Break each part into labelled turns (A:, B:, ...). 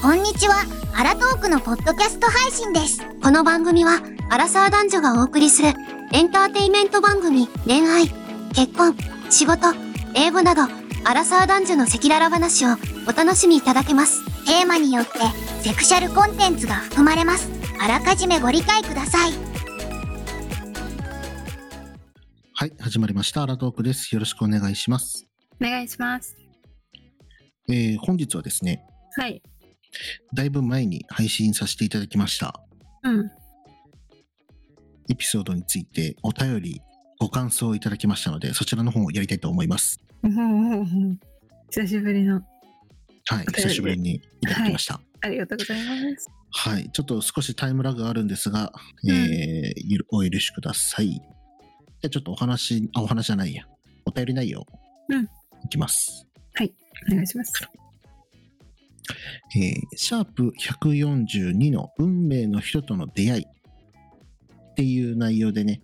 A: こんにちは。アラトークのポッドキャスト配信です。この番組は、アラサー男女がお送りするエンターテイメント番組、恋愛、結婚、仕事、英語など、アラサー男女の赤裸々話をお楽しみいただけます。テーマによって、セクシャルコンテンツが含まれます。あらかじめご理解ください。
B: はい、始まりました。アラトークです。よろしくお願いします。
C: お願いします。
B: えー本日はですね、
C: はい。
B: だいぶ前に配信させていただきました
C: うん。
B: エピソードについてお便り、ご感想をいただきましたので、そちらの方をやりたいと思います。
C: 久しぶりの。
B: はい、
C: お便り
B: 久しぶりにいただきました。
C: ありがとうございます。
B: はい、ちょっと少しタイムラグがあるんですが、
C: うん
B: えーゆるお許しください。で、ちょっとお話、あ、お話じゃないや。お便り内容。
C: うん
B: いきます。
C: お願いします。
B: えーシャープ142の運命の人との出会いっていう内容でね、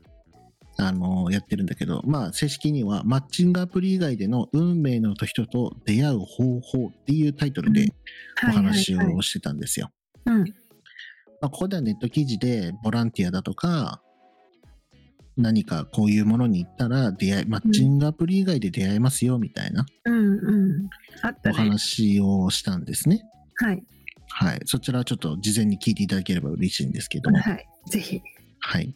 B: あのーやってるんだけど、まあ正式にはマッチングアプリ以外での運命の人と出会う方法っていうタイトルでお話
C: はいはい
B: をしてたんですよ。
C: はい
B: まあ、ここではネット記事でボランティアだとか、何かこういうものに行ったら出会い、マッチングアプリ以外で出会えますよみたいな
C: うん。うんうん。あっ
B: お
C: たね。
B: 話をしたんですね。
C: はい。
B: はい。そちらはちょっと事前に聞いていただければ嬉しいんですけども。
C: はい。ぜひ。
B: はい。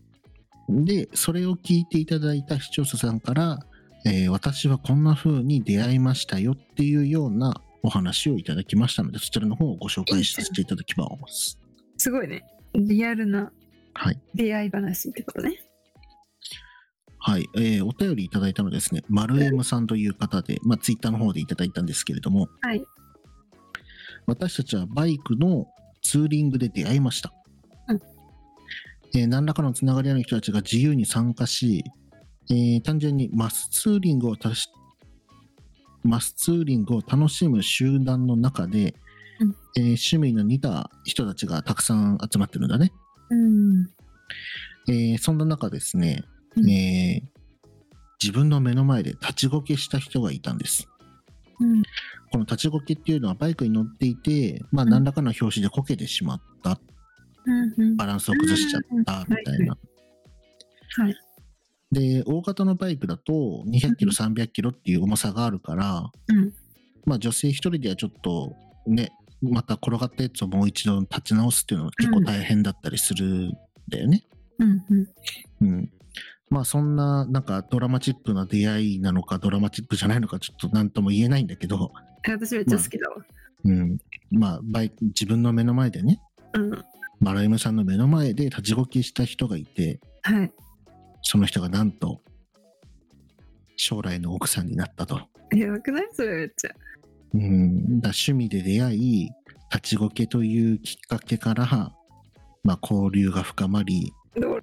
B: で、それを聞いていただいた視聴者さんから、えー私はこんな風に出会いましたよっていうようなお話をいただきましたので、そちらの方をご紹介させていただきます。
C: すごいね。リアルな
B: はい。
C: 出会い話ってことね。
B: はい。えーお便りいただいたのですね、丸 M さんという方で、まあ、ツイッターの方でいただいたんですけれども、
C: はい。
B: 私たちはバイクのツーリングで出会いました、
C: うん
B: えー何らかのつながりのある人たちが自由に参加し、えー単純にマスツーリングをたしマスツーリングを楽しむ集団の中で、
C: うん
B: えー趣味の似た人たちがたくさん集まってるんだね、
C: うん。
B: えーそんな中ですね、
C: うん
B: えー自分の目の前で立ちこけした人がいたんです
C: うん。
B: この立ちこけっていうのはバイクに乗っていて、まあ、
C: うん
B: 何らかの拍子でこけてしまった、
C: うん。
B: バランスを崩しちゃったみたいな。
C: はいはい
B: で大型のバイクだと200キロ300キロっていう重さがあるから、
C: うん。
B: まあ、女性一人ではちょっとねまた転がったやつをもう一度立ち直すっていうのは結構大変だったりするんだよね。
C: うん。うん。
B: うんまあそんななんかドラマチックな出会いなのかドラマチックじゃないのかちょっと何とも言えないんだけど、
C: 私めっちゃ好きだわ。
B: うん、まあバイ自分の目の前でね
C: うん。
B: マライムさんの目の前で立ちこけした人がいて
C: はい。
B: その人がなんと将来の奥さんになったと、
C: やばくないそれめっちゃ。
B: うん、だ趣味で出会い立ちこけというきっかけから、まあ、交流が深まり
C: どう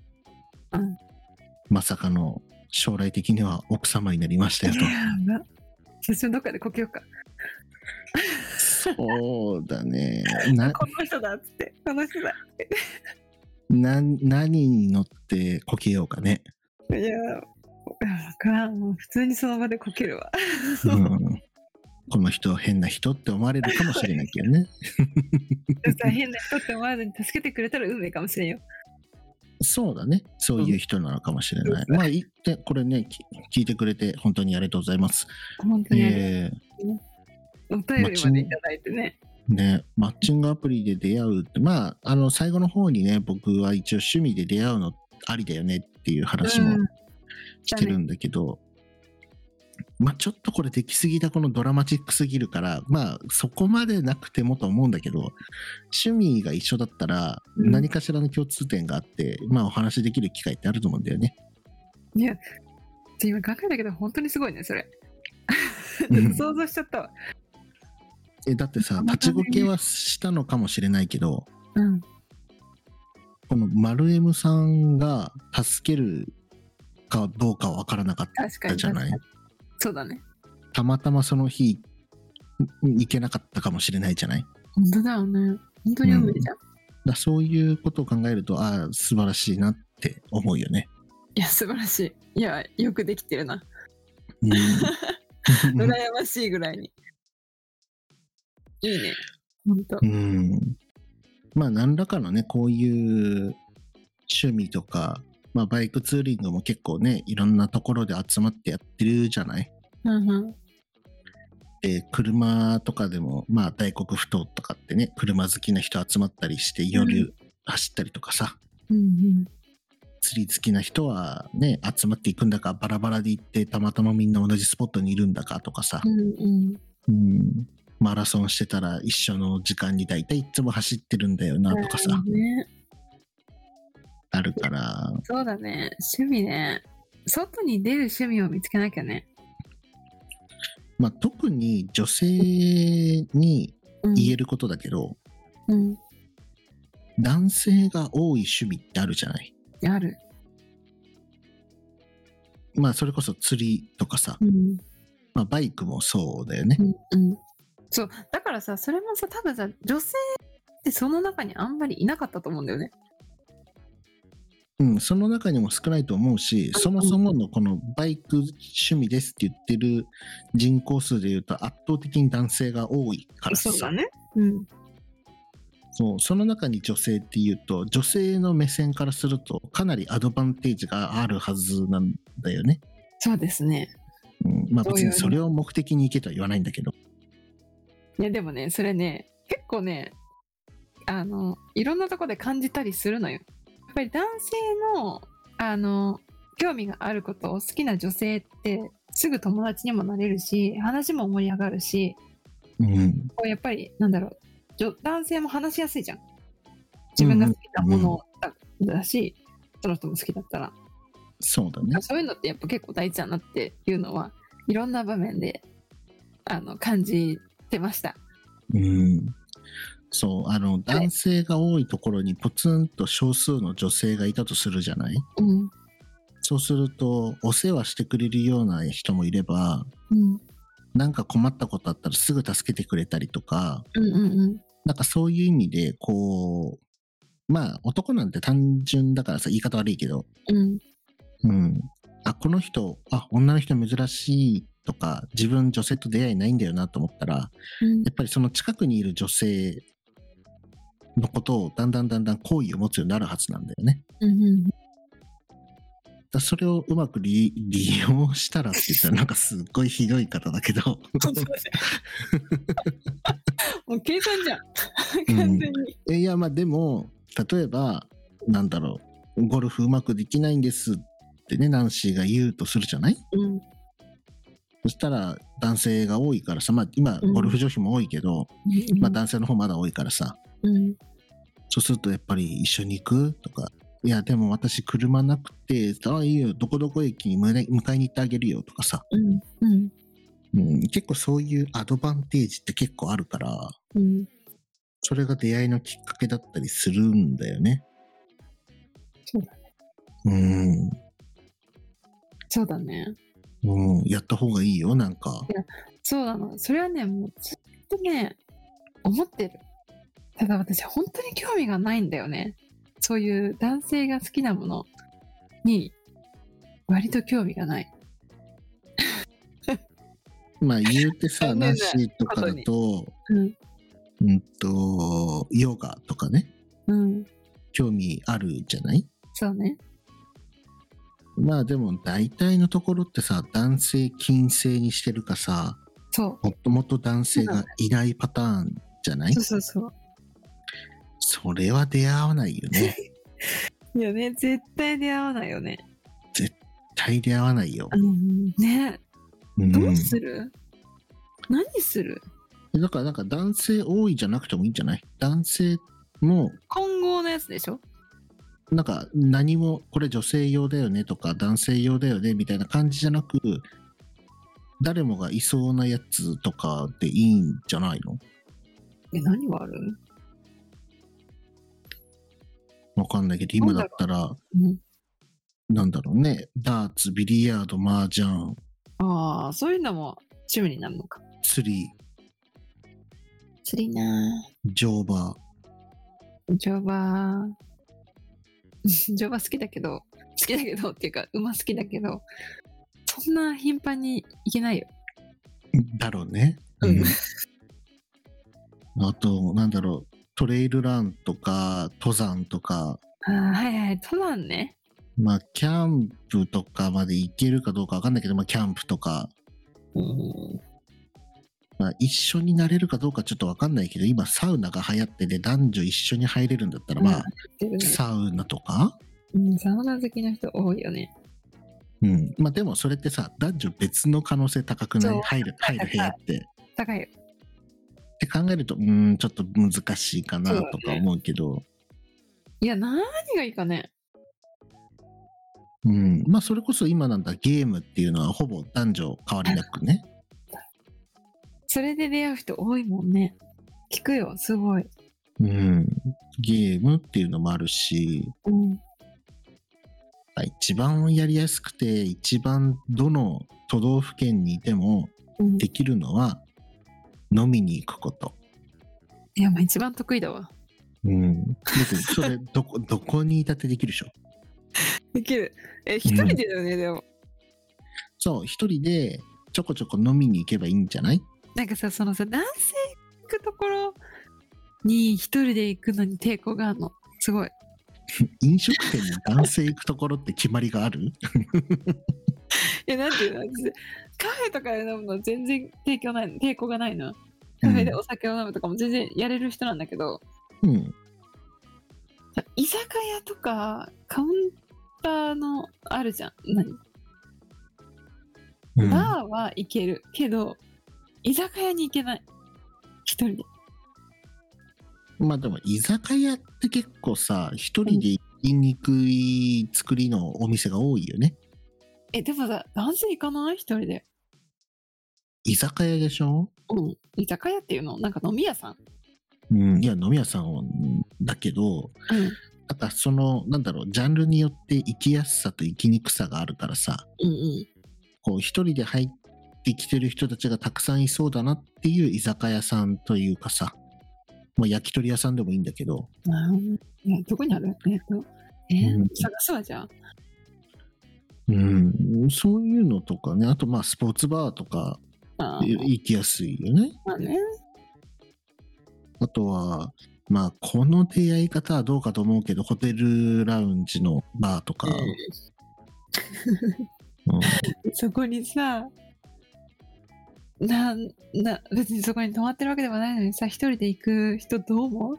B: まさかの将来的には奥様になりました
C: や
B: よ
C: ば。写真どっかでこけようか。
B: とそうだねな
C: この人だっつって。この人だ。
B: な何に乗ってこけようかね、
C: いや、わからん。もう普通にその場でこけるわ。
B: うん、この人変な人って思われるかもしれないけどね
C: さ変な人って思わずに助けてくれたら運命かもしれんよ。
B: そうだね。そういう人なのかもしれない。
C: うん
B: まあ、いって、これね、き聞いてくれて、本当にありがとうございます。
C: 本当にありがと
B: え
C: う、お便りまでいただいてね。
B: ーね、マッチングアプリで出会うって、まあ、あの、最後の方にね、僕は一応趣味で出会うのありだよねっていう話も
C: うん
B: してるんだけど、まあ、ちょっとこれできすぎたこのドラマチックすぎるから、まあ、そこまでなくてもと思うんだけど、趣味が一緒だったら、
C: うん
B: 何かしらの共通点があって、まあ、お話しできる機会ってあると思うんだよね。
C: いや、ちょ今考えたけど本当にすごいね、それ。
B: うん
C: 想像しちゃったわ。
B: えだってさ
C: たまたまね
B: 立ちこけはしたのかもしれないけど
C: うん。
B: この丸 M さんが助けるかどうかは分からなかっ
C: 確か
B: た
C: に。
B: じゃない
C: 確かにそうだね。
B: たまたまその日ん行けなかったかもしれないじゃない
C: 本当だよね。本当に運命じゃん。
B: だそういうことを考えるとああ素晴らしいなって思うよね。
C: いや、素晴らしい。いや、よくできてるな。
B: うん
C: 羨ましいぐらいに。いいね。本当
B: うん。まあ、何らかのね、こういう趣味とか、まあ、バイクツーリングも結構ね、いろんなところで集まってやってるじゃない。
C: うんうん
B: で、車とかでも、まあ、大黒ふ頭とかってね、車好きな人集まったりして、夜走ったりとかさ、
C: うん
B: 釣り好きな人はね、集まっていくんだか、バラバラで行って、たまたまみんな同じスポットにいるんだかとかさ
C: う、んうん
B: うん、マラソンしてたら一緒の時間に大体いつも走ってるんだよなとかさ、
C: ね
B: あるから、
C: そうだね趣味ね外に出る趣味を見つけなきゃね、
B: まあ、特に女性に
C: うん、
B: 言えることだけど、
C: うん
B: 男性が多い趣味ってあるじゃない。
C: ある
B: まあ、それこそ釣りとかさ、
C: うん
B: まあ、バイクもそうだよね
C: う。んうんそうだからさそれもさ多分さ女性ってその中にあんまりいなかったと思うんだよね
B: うん、その中にも少ないと思うし、そもそものこのバイク趣味ですって言ってる人口数でいうと圧倒的に男性が多いからさ、
C: ねうん
B: そうその中に女性っていうと女性の目線からするとかなりアドバンテージがあるはずなんだよね。
C: そうですね
B: うん、まあ
C: そうよ
B: 別
C: ね
B: にそれを目的に行けとは言わないんだけど。
C: いやでもねそれね結構ねあのいろんなとこで感じたりするのよやっぱり男性のあの興味があることを好きな女性ってすぐ友達にもなれるし話も盛り上がるし
B: うん
C: こうやっぱりなんだろう女男性も話しやすいじゃん自分が好きなものだだし、その人も好きだったら
B: そうだね。
C: そういうのってやっぱ結構大事だなっていうのはいろんな場面であの感じてました
B: うん。そう、あの、男性が多いところにポツンと少数の女性がいたとするじゃない
C: うん
B: そうすると、お世話してくれるような人もいれば、
C: うん
B: なんか困ったことあったらすぐ助けてくれたりとか、
C: うんうんうん
B: なんかそういう意味で、こう、まあ男なんて単純だからさ、言い方悪いけど、
C: うん
B: うん。あ、この人、あ、女の人珍しいとか、自分女性と出会いないんだよなと思ったら、
C: うん
B: やっぱりその近くにいる女性のことをだんだんだんだん好意を持つようになるはずなんだよね。
C: うんうん
B: だからそれをうまく利利用したらって言ったらなんかすっごいひどい方だけど、
C: もう計算じゃん。
B: うん
C: 完全に。
B: え いやまあでも例えばなんだろうゴルフうまくできないんですってねナンシーが言うとするじゃない
C: うん。
B: そしたら男性が多いからさまあ今
C: うん
B: ゴルフ女子も多いけど、まあ男性の方まだ多いからさ
C: うん。
B: そうするとやっぱり一緒に行くとかいやでも私車なくてああいいよどこどこ駅に迎え迎えに行ってあげるよとかさ、
C: うん。うん。
B: うん、結構そういうアドバンテージって結構あるから
C: うん。
B: それが出会いのきっかけだったりするんだよね
C: そうだ
B: うん
C: そうだね。
B: うん、やった方がいいよ、なんか。
C: そうなの。それはね、もうずっとね、思ってる。ただ私、本当に興味がないんだよね。そういう男性が好きなものに、割と興味がない。
B: まあ言うてさ、
C: 残
B: ナン
C: 念ね
B: シーとかだと、
C: うん。
B: うんと、ヨガとかね、
C: うん。
B: 興味あるじゃない
C: そうね。
B: まあでも大体のところってさ、男性禁制にしてるかさ、
C: そ
B: もともと男性がいないパターンじゃな
C: う。
B: い
C: そうそうそう。
B: それは出会わない よね。絶
C: いやね、絶対出会わないよね。
B: 対出会わないよ。
C: うん。ね。
B: うん、
C: どうする、何する
B: だからなんか男性多いじゃなくてもいいんじゃない男性も
C: 混合のやつでしょ
B: なんか何もこれ女性用だよねとか男性用だよねみたいな感じじゃなく誰もがいそうなやつとかでいいんじゃないの
C: え、何がある
B: わかんないけど今だったら
C: うん。
B: なんだろうねダーツビリヤード麻雀
C: ああ、そういうのも趣味になるのか。
B: 釣り
C: 釣りな
B: 乗馬
C: ぁ。乗馬。 乗馬好きだけど、好きだけどっていうか、馬好きだけど、そんな頻繁に行けないよ。
B: だろうね、
C: うん
B: あと、なんだろう、トレイルランとか、登山とか、
C: あーはいはい、登山ね。
B: まあ、キャンプとかまで行けるかどうかわかんないけど、まあ、キャンプとか、まあ、一緒になれるかどうかちょっとわかんないけど、今、サウナが流行ってて、男女一緒に入れるんだったら、まあ、サウナとか、
C: うん、サウナ好きな人多いよね。
B: うん。まあ、でもそれってさ、男女別の可能性高くな
C: そ
B: いう入る、入る部屋って。
C: 高いよ。
B: って考えると、うーん、ちょっと難しいかな
C: そうだね
B: とか思うけど、
C: いや、何がいいかね。
B: うん。まあ、それこそ今なんだ、ゲームっていうのはほぼ男女変わりなくね。
C: それで出会う人多いもんね。聞くよ、すごい。
B: うん。ゲームっていうのもあるし、
C: うん。
B: 一番やりやすくて、一番どの都道府県にいても
C: うん、
B: できるのは、飲みに行くこと。
C: いや、まあ一番得意だわ。
B: うん。だってそれ、どこ、 どこにいたってできるでしょ。
C: できる。え、一人でだよね、でも。
B: そう、一人でちょこちょこ飲みに行けばいいんじゃない
C: なんかさ、そのさ、男性行くところに一人で行くのに抵抗があるの。すごい。
B: 飲食店に男性行くところって決まりがある
C: え、なんていうの私カフェとかで飲むの全然抵抗ない抵抗がないの。カフェでお酒を飲むとかも全然やれる人なんだけど、
B: うん。
C: 居酒屋とかカウンターのあるじゃん。何
B: うん
C: バーは行けるけど、居酒屋に行けない。一人で。
B: まあでも居酒屋って結構さ、一人で行きにくい作りのお店が多いよね。
C: え、でもさ、男性行かない一人で。
B: 居酒屋でしょ
C: うん。居酒屋っていうのなんか飲み屋さん。
B: うん、いや飲み屋さんはうんだけど
C: うん。
B: ただそのなんだろうジャンルによって生きやすさと生きにくさがあるからさ
C: うんうん。
B: こう一人で入ってきてる人たちがたくさんいそうだなっていう居酒屋さんというかさ、まあ、焼き鳥屋さんでもいいんだけど
C: うんいやどこにあるえっと、えー
B: うん
C: 探すわ、じゃあ。
B: うんそういうのとかねあとまあスポーツバーとか
C: あー
B: 行きやすいよね
C: まあね。
B: あとはまあこの出会い方はどうかと思うけどホテルラウンジのバーとか、うん
C: そこにさ、なんな別にそこに泊まってるわけでもないのにさ、一人で行く人どう思う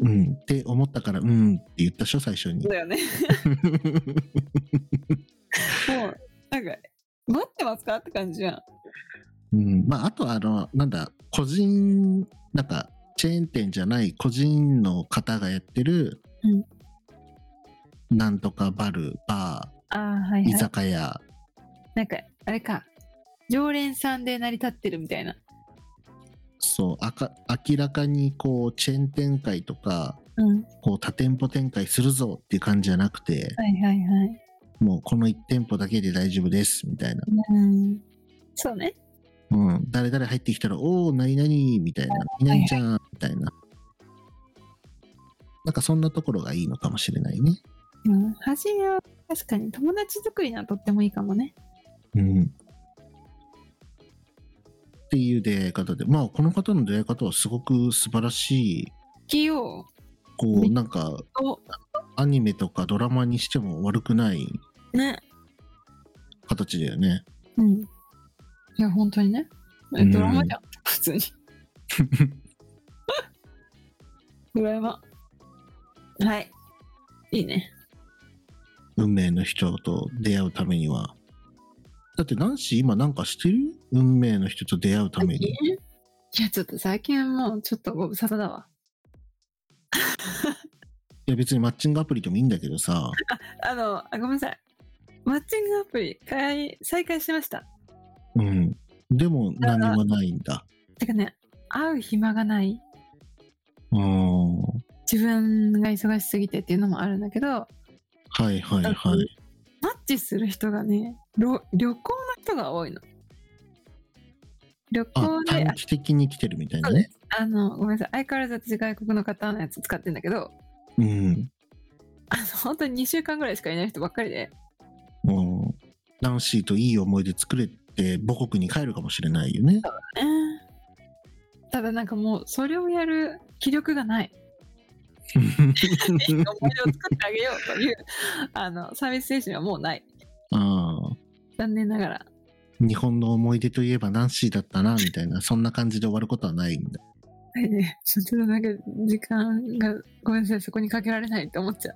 B: うん、って思ったから、うんって言ったっしょ、最初に。
C: だよね。もう、なんか、待ってますかって感じじゃ
B: う
C: ん。
B: ん、まあ、あとは、あの、なんだ、個人、なんか、チェーン店じゃない個人の方がやってる、なんとかバル、バ
C: ああ、はい
B: ー、居酒屋、
C: なんか、あれか、常連さんで成り立ってるみたいな。
B: そう、あか明らかにこう、チェーン展開とか、
C: うん。
B: こう、多店舗展開するぞっていう感じじゃなくて、
C: はいはいはい。
B: もうこの1店舗だけで大丈夫です、みたいな。
C: うん。そうね。
B: うん、誰々入ってきたら、おお、何々、みたいな、何々ちゃん、みたいな。なんかそんなところがいいのかもしれないね。
C: うん。初めは確かに友達作りにはとってもいいかもね。
B: うん。っていう出会い方で、まあ、この方の出会い方はすごく素晴らしい、
C: 器用
B: こう、なんか、
C: と、
B: アニメとかドラマにしても悪くない
C: ね。
B: 形だよね。
C: うん。いや、本当にね。え
B: うん
C: ドラマじゃん、 普通に。ドラマ。はい。いいね。
B: 運命の人と出会うためには。だって、ナンシー今なんかしてる運命の人と出会うために。
C: いや、ちょっと最近もうちょっとご無沙汰だわ。
B: いや、別にマッチングアプリでもいいんだけどさ。
C: あの、あごめんなさい。マッチングアプリ、開再開しました。
B: うん。でも何もないんだ。
C: てかね、会う暇がない。
B: うーん。は
C: 自分が忙しすぎてっていうのもあるんだけど、
B: いはいはい。
C: マッチする人がね、ろ旅行の人が多いの。旅
B: あ
C: 行、で
B: 短期的に来てるみたいなね。
C: あの、ごめんなさい。相変わらず私外国の方のやつ使ってんだけど、
B: うん。
C: あの、本当に2週間ぐらいしかいない人ばっかりで、
B: うん。ナンシーといい思い出作れて母国に帰るかもしれないよね。
C: えーただなんかもうそれをやる気力がない 思い出を作ってあげようという あのサービス精神はもうない
B: ああ
C: 残念ながら
B: 日本の思い出といえばナンシーだったなみたいなそんな感じで終わることはないんだ
C: はいねちょっとなんか時間がごめんなさいそこにかけられないと思っちゃ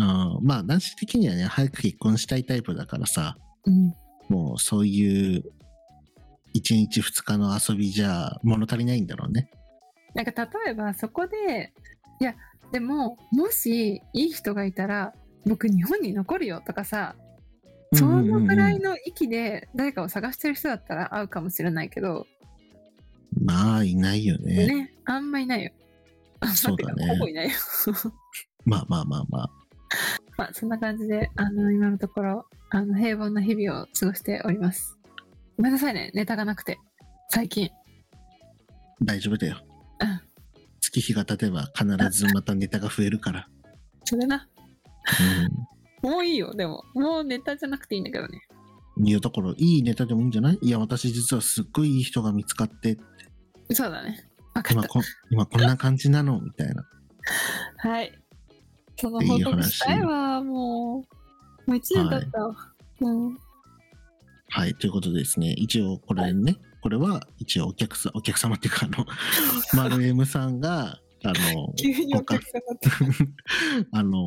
B: あーまあナンシー的にはね早く結婚したいタイプだからさ
C: う、うん、
B: もうそういう1日2日の遊びじゃ物足りないんだろうね
C: なんか例えばそこでいやでももしいい人がいたら僕日本に残るよとかさそのぐらい
B: うんうん
C: の域で誰かを探してる人だったら会うかもしれないけど、
B: うんまあいないよね
C: ね、あんまいないよ。あんまっていか
B: そうだね
C: ほぼいないよ。
B: まあまあまあまあ
C: まあ、そんな感じで、あの、今のところ、あの、平凡な日々を過ごしております。ごめんなさいね、ネタがなくて。最近。
B: 大丈夫だよ
C: うん
B: 月日が経てば必ずまたネタが増えるから、
C: それな。
B: うん
C: もういいよ、でも。もうネタじゃなくていいんだけどね。
B: いやだからいいネタでもいいんじゃないいや私実はすっごいいい人が見つかって
C: そうだね。わかっ
B: 今
C: た。
B: こ今こんな感じなの みたいな
C: はい。その報告したいわ、もう。もう一年経ったわ。うん。
B: はい、ということでですね、一応これね、これは一応お客さん、お客様っていうか、あ の、丸 M さんが、あの、
C: 急にお客様って。
B: あの、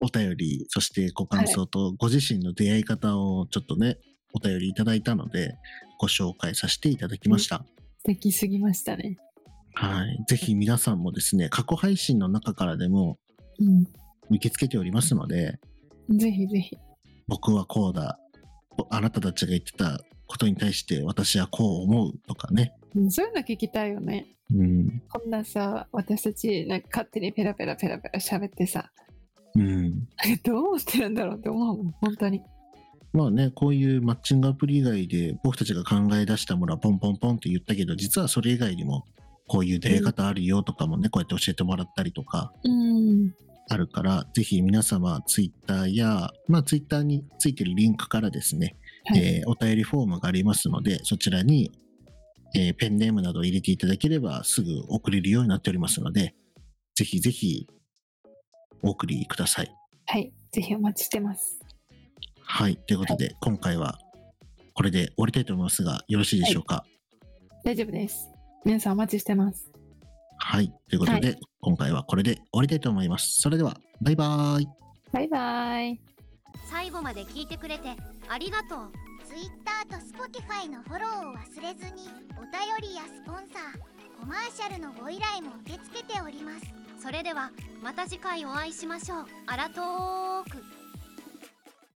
B: お便り、そしてご感想と、ご自身の出会い方をちょっとね、お便りいただいたので、ご紹介させていただきました。
C: 素敵すぎましたね。
B: はい。ぜひ皆さんもですね、過去配信の中からでも
C: う
B: 受け付けておりますので、
C: ん。ぜひぜひ。
B: 僕はこうだ、あなたたちが言ってたことに対して私はこう思うとかね。
C: うんそういうの聞きたいよね。
B: うん。
C: こんなさ、私たち、なんか勝手にペラペラペラペラ喋ってさ、
B: うん。
C: どう思ってるんだろうって思うもん、本当に。
B: まあね、こういうマッチングアプリ以外で僕たちが考え出したものはポンポンポンって言ったけど、実はそれ以外にもこういう出会い方あるよとかもね、こうやって教えてもらったりとか
C: うん。
B: あるから、ぜひ皆様ツイッターや、まあツイッターについてるリンクからですね、
C: はい。
B: えーお便りフォームがありますので、そちらに、えーペンネームなどを入れていただければすぐ送れるようになっておりますので、ぜひぜひお送りください。
C: はい。ぜひお待ちしてます。
B: はい。ということで、今回はこれで終わりたいと思いますが、よろしいでしょうか。
C: 大丈夫です。皆さんお待ちしてます。
B: はい。ということで、
C: は
B: 今回はこれで終わりたいと思います。それでは、バイバーイ。
C: バイバイ。
A: 最後まで聞いてくれてありがとう Twitter と Spotify のフォローを忘れずにお便りやスポンサーコマーシャルのご依頼も受け付けておりますそれではまた次回お会いしましょうあらとーく